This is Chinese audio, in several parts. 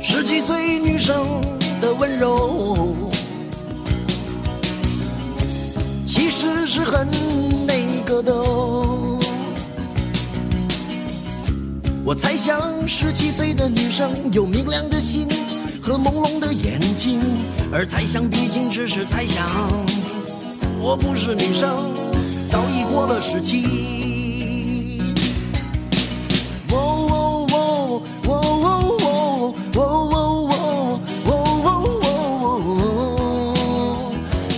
十几岁女生的温柔，其实是很那个的哦。我猜想十七岁的女生有明亮的心和朦胧的眼睛，而猜想毕竟只是猜想。我不是女生，早已过了十七。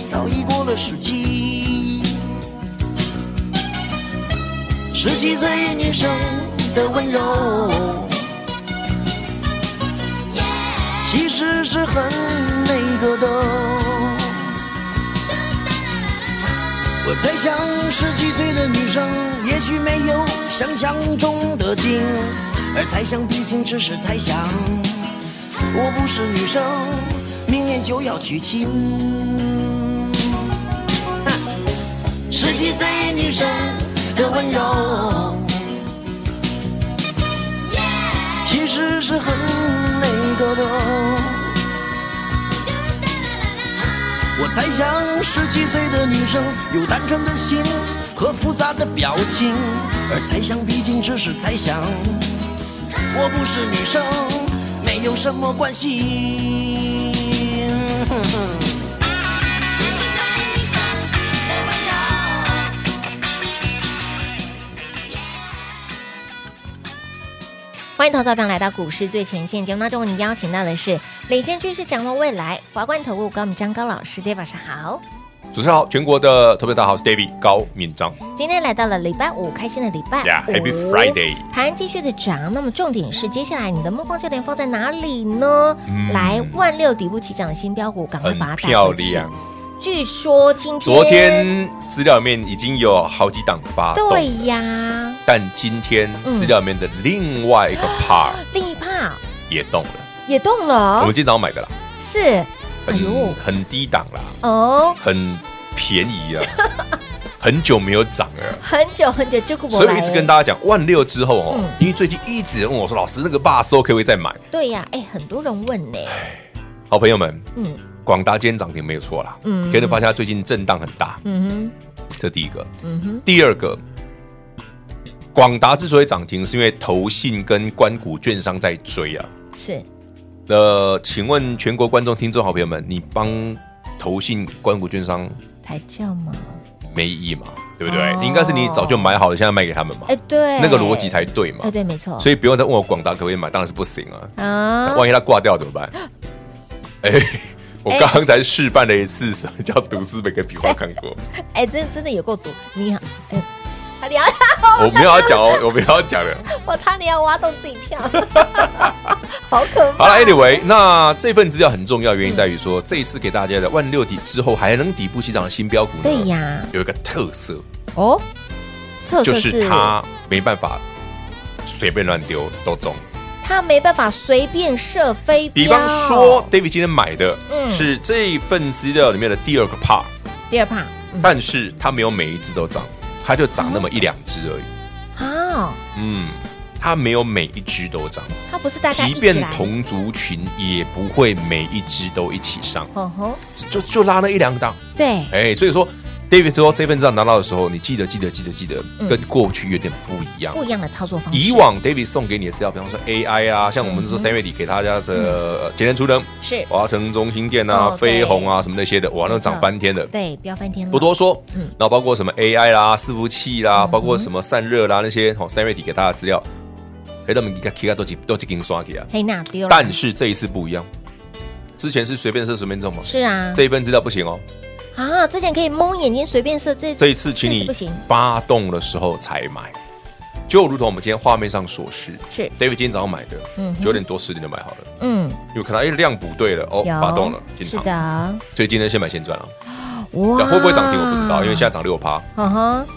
早已过了时机。十七岁女生的温柔，其实是很那个的。我在想，十七岁的女生也许没有想象中的精，而猜想毕竟只是猜想。我不是女生，明年就要娶亲。十七岁女生的温柔，其实是很那个的。我猜想，十七岁的女生有单纯的心和复杂的表情，而猜想毕竟只是猜想。我不是女生，没有什么关系。十七岁女生的温柔。欢迎投资朋友来到股市最前线节目当中，为您邀请到的是领先趋势、掌握未来华冠投顾高敏章高老师，大家晚上好。主持人好，全国的特别大家好，我是 David 高敏章。今天来到了礼拜五，开心的礼拜 Yeah, 五 Happy Friday 盘继续的涨，那么重点是接下来你的目光焦点放在哪里呢？嗯来万六底部起涨的新标股，赶快很把它带漂回去亮。据说今天昨天资料里面已经有好几档发啊动，对嗯呀，但今天资料里面的另外一个 part 力怕也动了。也动我了们，今天早上买的啦，是，哦哎呦很，很低档啦，哦，很便 宜啊，很久没有涨了。很久很久就顾不所以我一直跟家大家讲，万六之后哦嗯，因为最近一直问我说，老师那个霸收可不可以再买？对呀，哎，很多人问呢，哎好朋友们，嗯广达今天涨停没有错啦，嗯嗯，可能发现它最近震荡很大，嗯哼这第一个。嗯哼，第二个，广达之所以涨停，是因为投信跟关谷券商在追啊。是呃，请问全国观众、听众好朋友们，你帮投信、关谷券商抬轿吗？没意义嘛？对不对？哦应该是你早就买好了，现在卖给他们嘛，哎，对，那个逻辑才对嘛哎，。对，没错，所以不用再问我广达可不可以买，当然是不行啊。以啊，万一他挂掉怎 么办？哎、我刚才示范了一次什么叫读思维跟笔画看过，哎，真真的有够毒，你好，哎，差点要， 我没有要讲哦，我没有要讲的。我差点要挖洞自己跳， 好可怕。好了，Anyway，那这份资料很重要，原因在于说，这一次给大家的万六底之后还能底部起涨的新标股呢，对呀，有一个特色，哦，特就色是它没办法随便乱丢都中。他没办法随便射飞镖。比方说，David 今天买的嗯是这份资料里面的第二个 part，第二趴，嗯但是它没有每一只都涨，它就涨那么一两只而已。好，嗯，它没有每一只都涨，他啊不是大家一即起便来，同族群也不会每一只都一起上，吼哦吼，就就拉那一两档。对，哎，所以说，David 说这份资料拿到的时候，你记得记得记得记得，嗯跟过去有点不一样。不一样的操作方式。以往 David 送给你的资料，比方说 AI 啊，像我们说三月底给大家的节能储能、嗯是华城中心店啊、哦飞鸿啊什么那些的，哇，那没错涨翻天的。对飙翻天了，不多说嗯，然后包括什么 AI 啦、伺服器啦，包括什么散热啦那些，哦，三月底给大家的资料，哎，他们你看，其他都几都几根刷给啊。黑娜丢了，但是这一次不一样，之前是随便设随便中吗？是啊，这一份资料不行哦，啊，之前可以蒙眼睛随便射，这这一次请这次你不行，发动的时候才买，就如同我们今天画面上所示，是 David 今天早上买的，嗯哼九点多十点就买好了，嗯，因为我看到哎量补对了，哦有发动了进是场的，，所以今天先买先赚了，啊哇会不会涨停我不知道，因为现在涨六趴，嗯哼，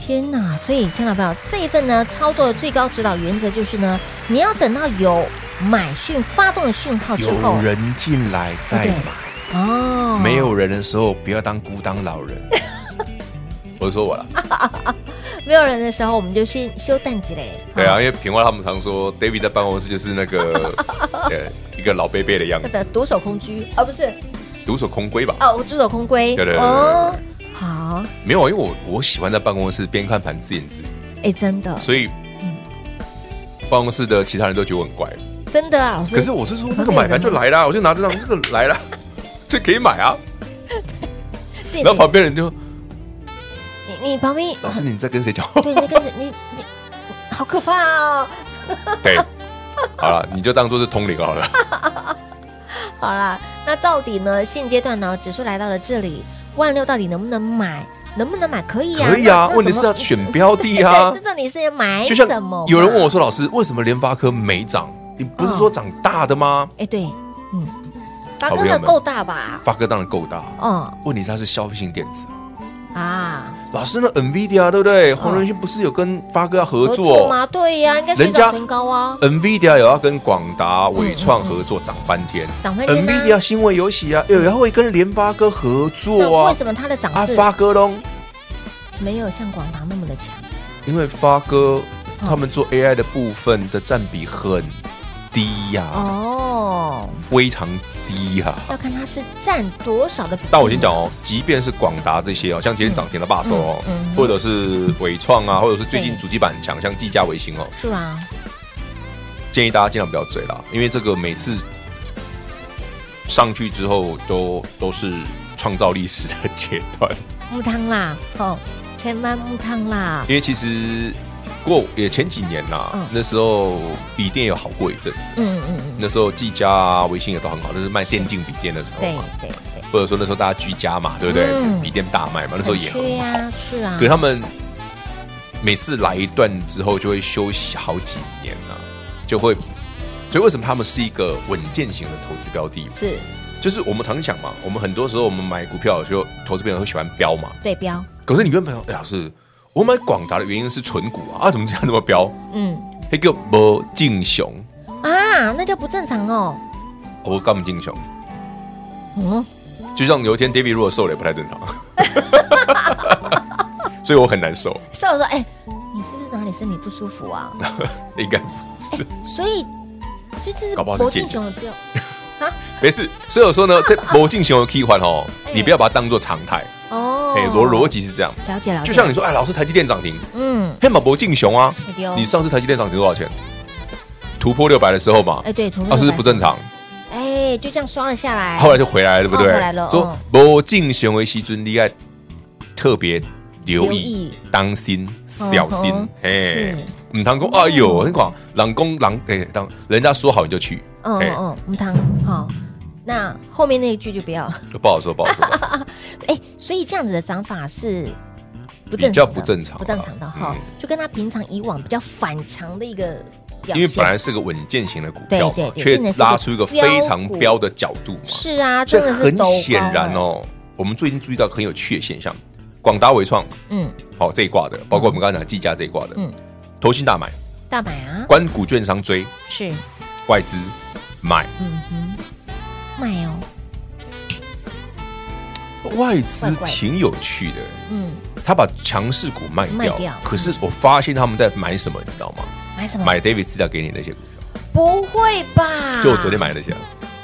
天哪！所以，听到没有？这一份呢，操作的最高指导原则就是呢，你要等到有买讯发动的讯号之后，人进来再对哦，没有人的时候不要当孤当老人。 我说我了，没有人的时候，我们就先休淡季嘞。对好，啊，因为平花他们常说，David 在办公室就是那个 呃一个老贝贝的样那子，个独守空居啊，不是独守空闺吧？哦，我独守空闺。对对对对对哦，好，没有，啊因为我我喜欢在办公室边看盘自言自语，哎，真的，所以办公室的其他人都觉得我很怪。真的啊，老师。可是我是说嗯那个买盘就来啦，我就拿这张这个来 啦，就可以买啊。自己然后旁边人就你你旁边老师你在跟谁讲话？对那个你你好可怕哦。 对，好了，你就当做是通灵 好了。好啦，那到底呢？现阶段呢，指数来到了这里，万六到底能不能买？能不能买？可以啊，可以啊那那怎么哎问题是要选标的 啊对那你是买 就像什么？嗯有人问我，说：“老师，为什么联发科没涨？你不是说长大的吗哎，对，嗯，八好哥朋友的们够大吧？”？发哥当然够大，哦问题是它是消费性电子。啊，老师，那 NVIDIA 对不对？黄仁勋不是有跟发哥要合作嗯吗？对呀，应该水人家涨船高啊。 ？NVIDIA 有要跟广达、伟创合作，涨翻天。涨翻天啊 NVIDIA 新闻有喜啊，有然后会跟联发哥合那作啊为。什么它的涨啊，势发哥喽，没有像广达那么的强？因为发哥他们哦做 AI 的部分的占比很低呀，哦，非常低呀。要看它是占多少的比例。但我先讲哦，即便是广达这些哦，像今天涨停的霸手哦，嗯嗯嗯或者是伟创啊，或者是最近对主机板强，像技嘉、维新哦，是吧？建议大家尽量不要追啦，因为这个每次上去之后都都是创造历史的阶段，木汤啦，哦，千万木汤啦，因为其实。不过也前几年呐、嗯那时候笔电有好过一阵子，嗯嗯嗯，那时候技嘉啊、微信也都很好，那是卖电竞笔电的时候对嘛，对对。或者说那时候大家居家嘛，对不对？嗯笔电大卖嘛，那时候也缺很好。啊，是啊，可是他们每次来一段之后，就会休息好几年啊，就会。所以为什么他们是一个稳健型的投资标的？是就是我们常讲嘛，我们很多时候我们买股票的时候，投资朋友会喜欢标嘛。对标，可是你跟朋友，哎、老师，我买广达的原因是纯股啊，啊怎么这样这么 标？嗯那个不敬雄，啊，那就不正常哦，我干不敬雄。嗯，就像有一天 David 如果瘦了也不太正常， 所以我很难受，是我说，哎，你是不是哪里身体不舒服 啊？应该不是。所以，所以这是搞不好是国借际口熊的标，没事，所以我说呢，这魔镜熊的 key 环哦， 哎你不要把它当做常态。哦，哎，逻逻辑是这样，了解了解，就像你说，哎，老师，台积电涨停，嗯，黑马魔镜熊啊哎对哦，你上次台积电涨停多少钱？突破六百的时候嘛，哎对，图啊，是不是不正，常？哎，就这样刷了下来，后来就回来了，对不对哦回来了？说哦魔镜熊的西尊，你要特别留留意意、当心、小心嗯哼。哎是，唔堂公，哎呦，你讲人公人，哎，当人家说好你就去，嗯哎嗯，嗯，木汤好。那后面那一句就不要， 不好说，不好说。哎，所以这样子的涨法是不比正常的，较不正常啊不正常的哈嗯，就跟他平常以往比较反常的一个表现，因为本来是个稳健型的股票嘛对，对对却真的是拉出一个非常标股标的角度嘛，是啊，所真以的是很抖包哎显然，哦，我们最近注意到很有趣的现象，广达、伟创，嗯，好这一挂的，包括我们刚才讲技嘉这一挂的嗯，投信大买，大买啊，关股券商追，是，外资买，嗯哼，卖哦，外资怪怪的挺有趣的，嗯，他把强势股卖卖掉掉，嗯可是我发现他们在买什么，你知道吗？买什么？买 David 资料给你那些股票，不会吧？就我昨天买的那些啊，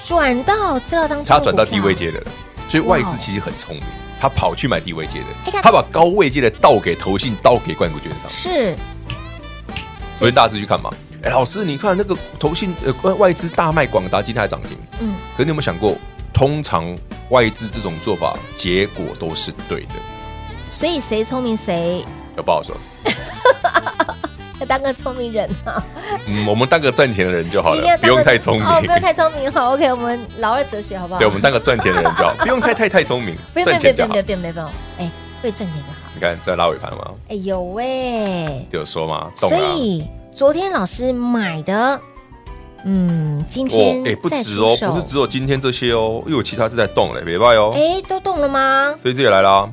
转到资料当中，他转到低位。阶的哦了，所以外哇资其实很聪明，他跑去买低位阶哎的，他他把高位阶的倒给投信，倒给冠股券商，是，所以大家自己去看嘛。哎，老师，你看那个投信呃外外资大卖广达，今天还涨停，嗯，可你有没有想过，通常外资这种做法结果都是对的，所以谁聪明谁有不好说？要当个聪明人啊，嗯，我们当个赚钱的人就好一定要了，当不个用太聪哦，不明 用。太聪明。好，OK，我们老二哲学好不好？对，我们当个赚钱的 人就好，不用太太太聪明不，用，不赚用，钱不就用，好不。用，不用，不用。哎，会赚钱就好。你看，在拉尾盘嘛，哎，有喂。就有说嘛，动所了啊。以昨天老师买的，嗯，今哦天，哎，不再止出哦，手不是只有今天这些哦，又有其他是在动嘞，别拜哦。哎，都动了吗？所以这也来哦啦，啊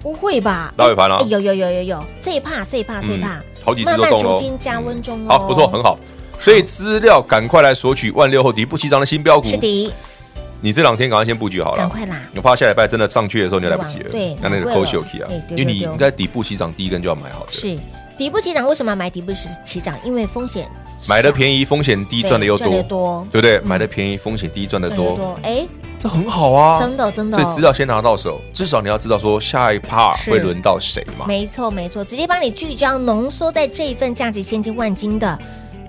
不会吧？拉尾盘啦哎，有有有有有，这一趴这一趴这一趴，好几只慢都慢动了逐哦。渐加温中哦。好，不错，很好。所以资料赶快来索取万六后底部起涨的新标股。是的，你这两天赶快先布局好赶了，快啦！我怕下礼拜真的上去的时候你就来不及了。对那那个买贵 call 了 s h o 啊哎，对因为对你对应该底部起涨第一根就要买好的，是底部起涨，为什么要买底部起起涨？因为风险买的小便宜，风险低，赚的又对多，赚的多，对不对？嗯买的便宜，风险低，赚的赚得多，多。哎，这很好啊。真的真的所哦，以资料先拿到手，至少你要知道说下一趴是会轮到谁嘛。没错没错，直接帮你聚焦浓缩在这一份价值千金万金的。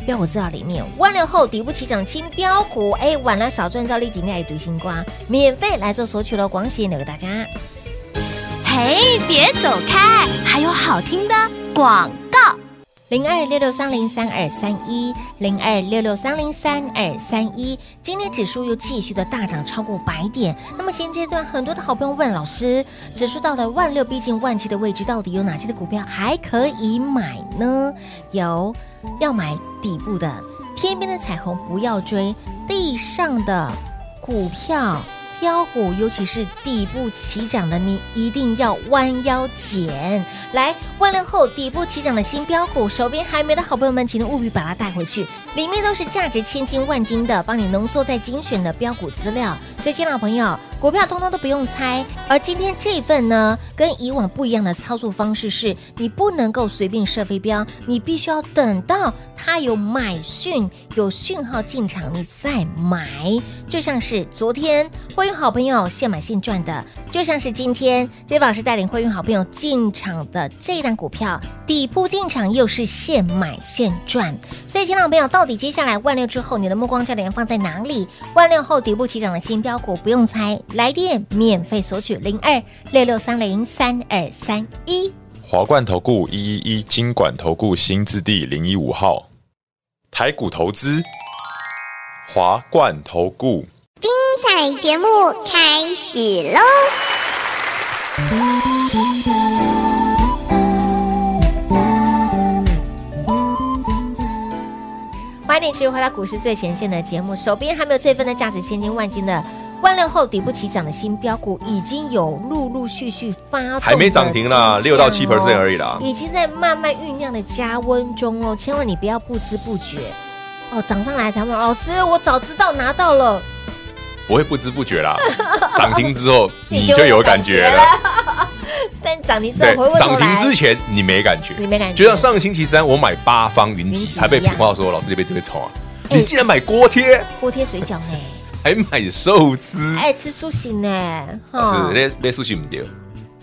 标股资料里面，万六后底部起涨新标股，哎，晚了少赚到立井那也读新瓜，免费来做索取了，广喜留给大家。嘿，别走开，还有好听的广告。零二六六三零三二三一，零二六六三零三二三一。今天指数又继续的大涨超过百点。那么现阶段很多的好朋友问老师，指数到了万六逼近万七的位置，到底有哪些的股票还可以买呢？有，要买底部的，天边的彩虹不要追，地上的股票。标股，尤其是底部起涨的，你一定要弯腰捡。来，万六后底部起涨的新标股，手边还没的好朋友们，请务必把它带回去，里面都是价值千金万金的，帮你浓缩在精选的标股资料。所以，亲老朋友，股票通通都不用猜。而今天这份呢，跟以往不一样的操作方式是，你不能够随便射飞镖，你必须要等到它有买讯、有讯号进场，你再买。就像是昨天会员好朋友现买现赚的，就像是今天 j 老师带领会员好朋友进场的这一档股票，底部进场又是现买现赚。所以，亲爱的朋友，到底接下来万六之后，你的目光焦点放在哪里？万六后底部起涨的新标股，不用猜，来电免费索取零二六六三零三二三一。华冠投顾一一一金管投顾新字第零一五号，台股投资，华冠投顾。彩节目开始喽！欢迎你持续回到股市最前线的节目，手边还没有这份的价值千金万金的万六后底部起涨的新标股，已经有陆陆续续发动的还没涨停啦，迹象六哦到七 percent 而已啦。已经在慢慢酝酿的加温中哦，千万你不要不知不觉哦，涨上来才问老师，我早知道拿到了，不会不知不觉 啦，涨停之后你你就就有有感感觉觉了了。但涨停之后对回过，头涨停来，之前你没感觉，你没感觉就像上个星期三我买八方云云集，集还被一样平话说老师你被这边冲啊，哎你竟然买锅贴，锅贴水饺呢，还买寿司，爱吃苏醒呢，嗯老哈师，那那苏西不对，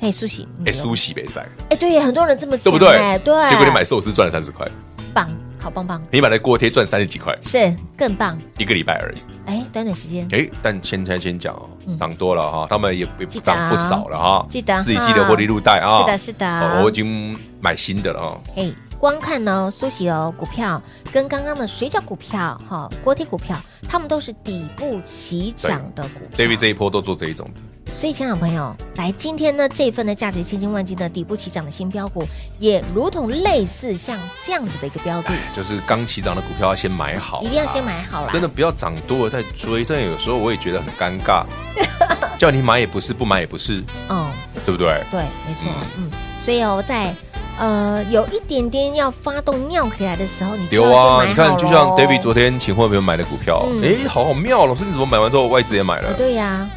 哎苏醒，哎苏西没塞，哎对，很多人这么讲对不对哎？对，结果你买寿司赚了三十块，棒，好棒棒，你买那锅贴赚三十几块，是更棒，一个礼拜而已。哎，短短时间哎，但现在先讲哦嗯，涨多了哈，他们也也记得啊涨不少了哈，记得自己记得获利入袋啊，是的是的哦我已经买新的了哈，哎，光看呢，苏喜哦股票跟刚刚的水饺股票、哈、锅贴股票，它们都是底部起涨的股票。 David 这一波都做这一种的。所以，亲爱的朋友，来今天呢这份的价值千金万金的底部起涨的新标股，也如同类似像这样子的一个标的，就是刚起涨的股票要先买哎好啦，一定要先买好啦真的不要涨多了再追，真的有时候我也觉得很 尴尬，叫你买也不是，不买也不是，嗯，对不对？对，没错，嗯，所以哦，在呃有一点点要发动尿起来的时候，你就要有啊，你先买好咯看，就像 David 昨天请会朋友买的股票嗯，哎，好好妙哦，老师你怎么买完之后外资也买啊了？对呀、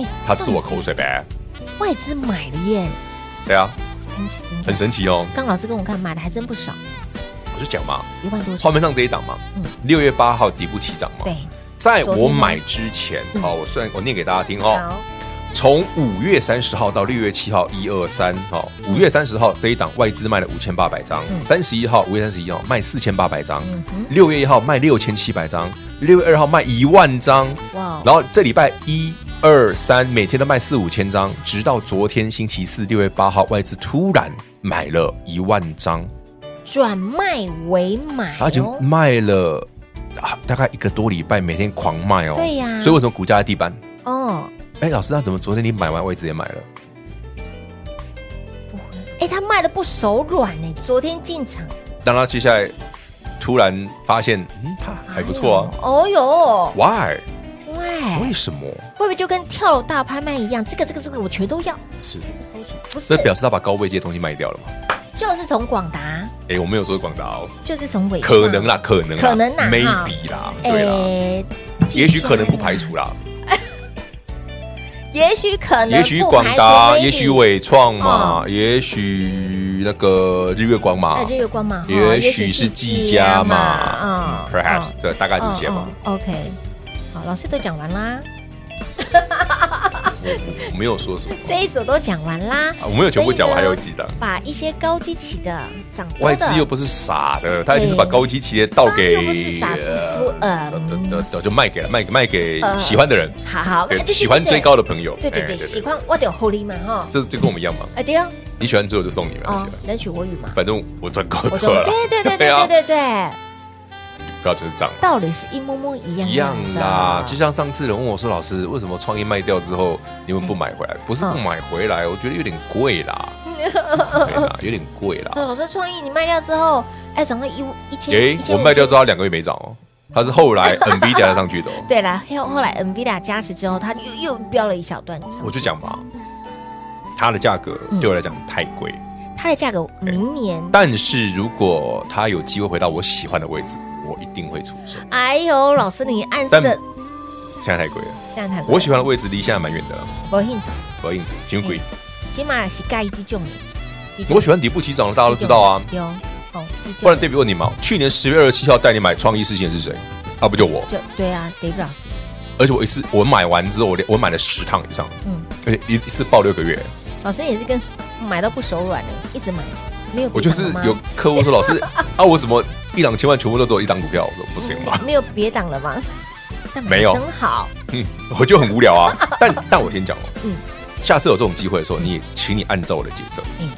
哎，他吃我口水呗，外资买了耶，对啊，真是真很的。神奇哦。刚老师跟我看买的还真不少，我就讲嘛，一万多张画。面上这一档嘛嗯，六月八号底部起涨嘛，对，在昨天我呢买之前，嗯好，我算我念给大家听哦。好，从五月三十号到六月七号，一二三，哦，嗯五月三十号这一档外资卖了五千八百张，三十一号五月三十一号卖四千八百张嗯哼，六月一号卖六千七百张，六月二号卖一万张，哇，哦然后这礼拜一二三每天都卖四五千张，直到昨天星期四六月八号，外资突然买了一万张，转卖为买、哦，它已经卖了、啊大概一个多礼拜，每天狂卖哦。对呀所以为什么股价在地板？哦，哎，老师，那怎么昨天你买完我也直接买了？哎，他卖的不手软呢，昨天进场当他接下来突然发现，嗯，它还不错啊。哦哎呦， Why？喂，为什么？会不会就跟跳楼大拍卖一样？这个这个这个我全都要，是，收起来。不是那，表示他把高位阶的东西卖掉了嘛？就是从广达，哎，我没有说广达哦，就是从伟创可能啦，，可能啦，可能啦，maybe 啦，对啦，哎，也许可能不排除啦，也许可能，也许广达，也许伟，伟创嘛，也许那个日月光嘛嗯哎，，日月光嘛，哦啊也许是技嘉嘛，嗯嗯，perhaps 对，大概这些嘛。嗯嗯 OK，好，老师都讲完啦，我我我没有说什么，这一组都讲完啦，啊我没有全部讲，嗯所以呢我还有几档。把一些高基企的涨多外的资又不是傻的，他一定是把高级企业倒给他又不是傻乎乎呃嗯得得得就卖给了卖卖给喜欢的人，好好，对那，就是喜欢追高的朋友，对对哎对，喜欢我点狐狸嘛哈，这这跟我们一样嘛，哎对哦，你喜欢追我就送你嘛哦，，人取我予嘛，反正我赚够我多就了，对对对对啊对，对对，不要就是涨了。道理是一模模一样一样的啦，就像上次人问我说：“老师，为什么创意卖掉之后你们不买回来？”不是不嗯买回来，我觉得有点贵啦，对啦有点贵啦。那老师创意你卖掉之后，哎，涨到一一千，诶， 1500我卖掉之后它两个月没涨哦，它是后来 NVIDIA 上去的哦。对啦，后后嗯来 NVIDIA 加持之后，它又又飙了一小段上去，我就讲嘛，它的价格对我来讲太贵，它的价格明年，但是如果它有机会回到我喜欢的位置，我一定会出手。哎呦，老师你暗示的但现在太贵了，这样太贵了我喜欢的位置离现在蛮远的了，我兴趣，不要硬着，真贵。起码是盖一支重点，鸡重我喜欢底部起涨的，大家都知道啊。有哦，鸡重不然 David 问你嘛，去年十月二十七号带你买创意事件是谁？啊，不就我。就对啊，Dave 老师，而且我一次我买完之后，我连我买了十趟以上，嗯，而且一次报六个月。老师也是跟买到不手软的，一直买，没有我别就档是了吗有客户说 老师啊，我怎么一两千万全部都只有一档股票？我说不行吧， 没有别档了吗？那买没有真好，嗯， 我就很无聊啊。但但我先讲哦，嗯下次有这种机会的时候，你也请你按照我的节奏嗯，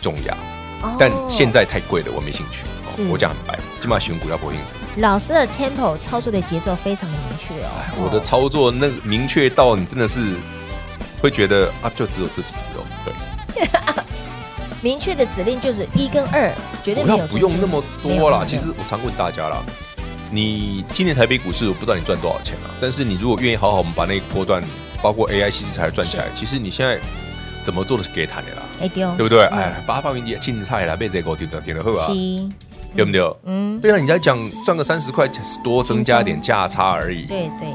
重压。哦但现在太贵了，我没兴趣。哦是我讲很白，起码选股要不会兴趣。老师的 tempo 操作的节奏非常的明确哎哦，我的操作那个明确到你真的是会觉得啊，就只有这几只哦。对，明确的指令就是一跟二，绝对股没票有不用那么多啦。其中间没有没有实我常问大家啦，你今年台北股市我不知道你赚多少钱啦，啊但是你如果愿意好好我们把那一波段，包括 AI 其实才赚起来，其实你现在怎么做都是给谈的啦。哎丢，对不对？哎，把它放云底青菜啦，被这个就涨停了，后啊，七，对不对？嗯，对啊，你在讲赚个三十块，多增加点价差而已。对对，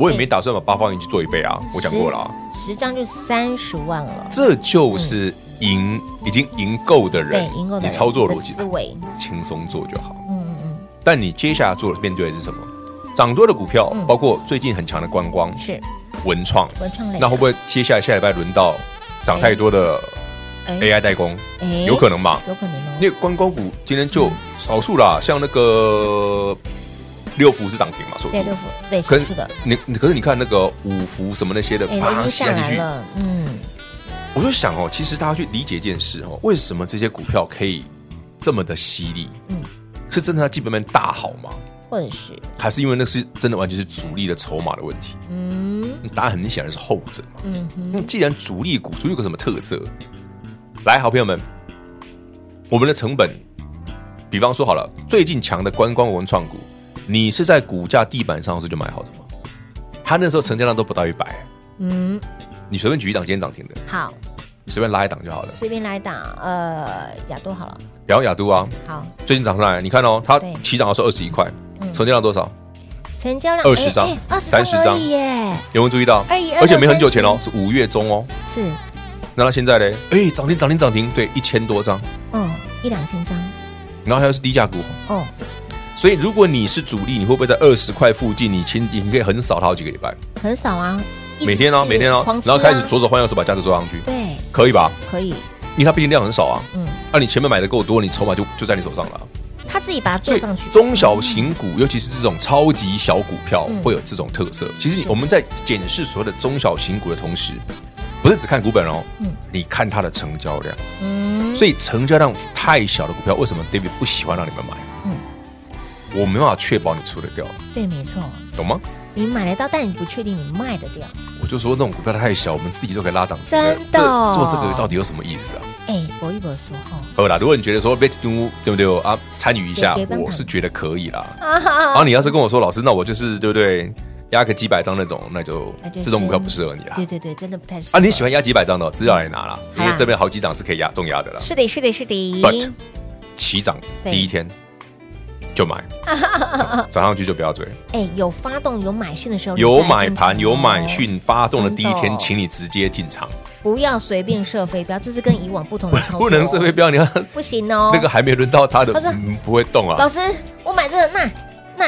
我也没打算把八方云去做一倍啊，我讲过了啊，十，十张就三十万了，这就是赢已经赢够的对人，，赢过的你人操作的逻辑思维，轻松做就好。嗯嗯嗯，但你接下来做的面对的是什么？涨多的股票，嗯包括最近很强的观光、是文创，文创类的，那会不会接下来下礼拜轮到涨太多的哎 AI 代工？哎有可能嘛？有可能哦，因为观光股今天就少数啦，像那个六福是涨停嘛，手对足六。福对可手是术的，你你可是你看那个五福什么那些的，哎，都已啪经吸下下来进去，了，嗯，我就想哦，其实大家去理解一件事哦，为什么这些股票可以这么的犀利？嗯是真的它基本面大好吗？或者是还是因为那是真的完全是主力的筹码的问题？嗯答案很显然是后者嘛。嗯哼，那既然主力股，主力股有什么特色？来，好朋友们，我们的成本，比方说好了，最近强的观光文创股，你是在股价地板上的时候就买好的吗？它那时候成交量都不到一百，嗯，你随便举一档今天涨停的，好，你随便拉一档就好了。随便来打，呃，亚多好了，比方雅都啊，好，最近涨上来，你看哦，它对起涨的时候二十一块，嗯成交量多少？成交量哎20张二十30张而已耶，有没有注意到？ 21而且没很久前哦，是五月中哦。是，那它现在嘞，哎，涨停涨停涨停，对，一千多张，嗯，一两千张，然后还有是低价股。哦，所以如果你是主力，你会不会在二十块附近，你轻你可以很少它好几个礼拜，很少啊，一每天哦，直每天哦狂，吃然后开始啊左手换右手把价值做上去，对，可以吧？可以，因为它毕竟量很少啊。嗯，那你前面买的够多，你筹码就就在你手上了啊。他自己把它所做以上去，中小型股，尤其是这种超级小股票嗯，会有这种特色。其实我们在检视所谓的中小型股的同时，不是只看股本哦，嗯你看它的成交量。嗯，所以成交量太小的股票，为什么 David 不喜欢让你们买？嗯我没办法确保你出得掉，对，没错，懂吗？你买得到，但你不确定你卖得掉。我就说那种股票太小，我们自己都可以拉涨停真的哦这做这个到底有什么意思啊？哎，搏一搏的时候，好啦，如果你觉得说 b e t 对不对啊，参与一下给给，帮忙我是觉得可以啦。 啊然后你要是跟我说老师，那我就是对不对，压个几百张那种，那就那就这种股票不先适合你啦对。对对，真的不太适合啊，你喜欢压几百张的，资料来拿啦，因为好啦这边好几档是可以压重压的啦。是的，是的，是的。 But 起涨对第一天 就买，嗯涨上去就不要追。哎，有发动有买讯的时候，你有再来买进盘场有哦买，讯发动的第一真的天哦，请你直接进场，不要随便设飞镖，这是跟以往不同的操作哦， 不能是会标，你看不行哦。那个还没轮到他的老师，嗯不会动老啊。师，我买这个那那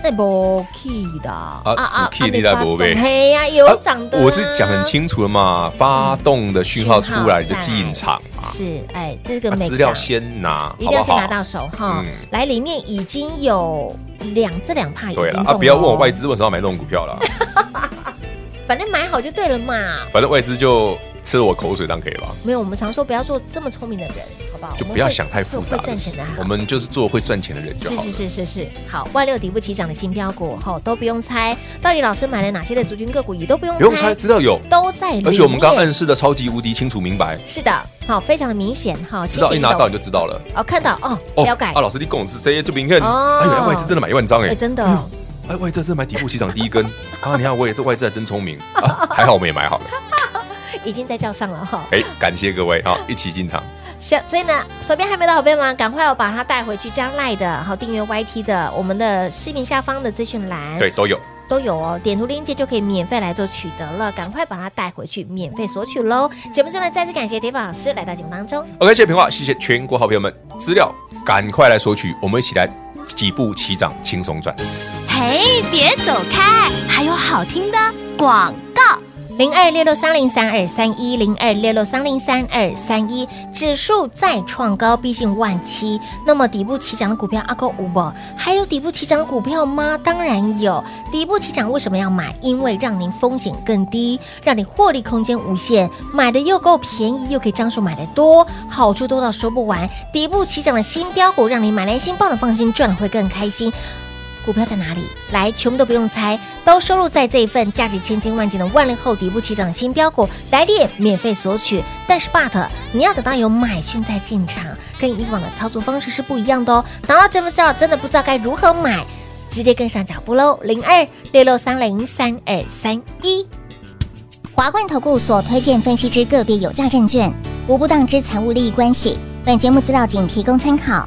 那不 key 的啊有气你才没买嘿呀，有啊涨的，啊我是讲很，清楚了嘛，发动的讯号出来讯就号进场嘛，是哎，这个把美啊资料感先拿，一定要好不先好拿到手哈嗯。来，里面已经有两这两帕已对经动了啊，了不要问我哦外，资为什么要买那种股 票啦，反正买好就对了嘛。反正外资就吃我口水当可以吧，没有，我们常说不要做这么聪明的人，好不好？就我们不要会想太复杂会赚的钱事的好，我们就是做会赚钱的人就是好是了。是是是，好，万六底部起涨的新标股，吼都不用猜，到底老师买了哪些的族群个股也都不用猜，不用猜，资料有，都在里面。而且我们刚暗示的超级无敌清楚明白，是的，好，非常的明显，好，资料一清晰拿易到懂你就知道了。哦，看到哦，哦，标改啊，，老师，你跟我是这些就明看，哦哎呦，外资真的买一万张哎哎，，真的哎呦哎，外资真的买底部起涨第一根啊！你看我也这外资还真聪明啊，还好我们也买好了。已经在叫上了哈，哎，感谢各位啊，一起进场。小，所以呢，手边还没有的好朋友们，赶快要把它带回去，加赖的，好，订阅 YT 的，我们的视频下方的资讯栏，对，都有。都有哦，点图链接就可以免费来做取得了，赶快把它带回去，免费索取喽。节目最后呢，再次感谢铁粉老师来到节目当中。 OK，谢谢平话，谢谢全国好朋友们，资料赶快来索取，我们一起来几步起涨，轻松赚。嘿，别走开，还有好听的广告。零二六六三零三二三一零二六六三零三二三一，指数再创高，逼近万七。那么底部起涨的股票阿哥五宝，还有底部起涨的股票吗？当然有。底部起涨为什么要买？因为让您风险更低，让你获利空间无限，买的又够便宜，又可以张数买的多，好处多到说不完。底部起涨的新标股，让你买来新抱的放心，赚了会更开心。股票在哪里？来，全部都不用猜，都收录在这一份价值千金万金的万年后底部起涨新标股，来电免费索取。但是，but 你要等到有买讯再进场，跟以往的操作方式是不一样的哦。拿到这份资料，真的不知道该如何买，直接跟上脚步喽，零二六六三零三二三一。华冠投顾所推荐分析之个别有价证券，无不当之财务利益关系。本节目资料仅提供参考，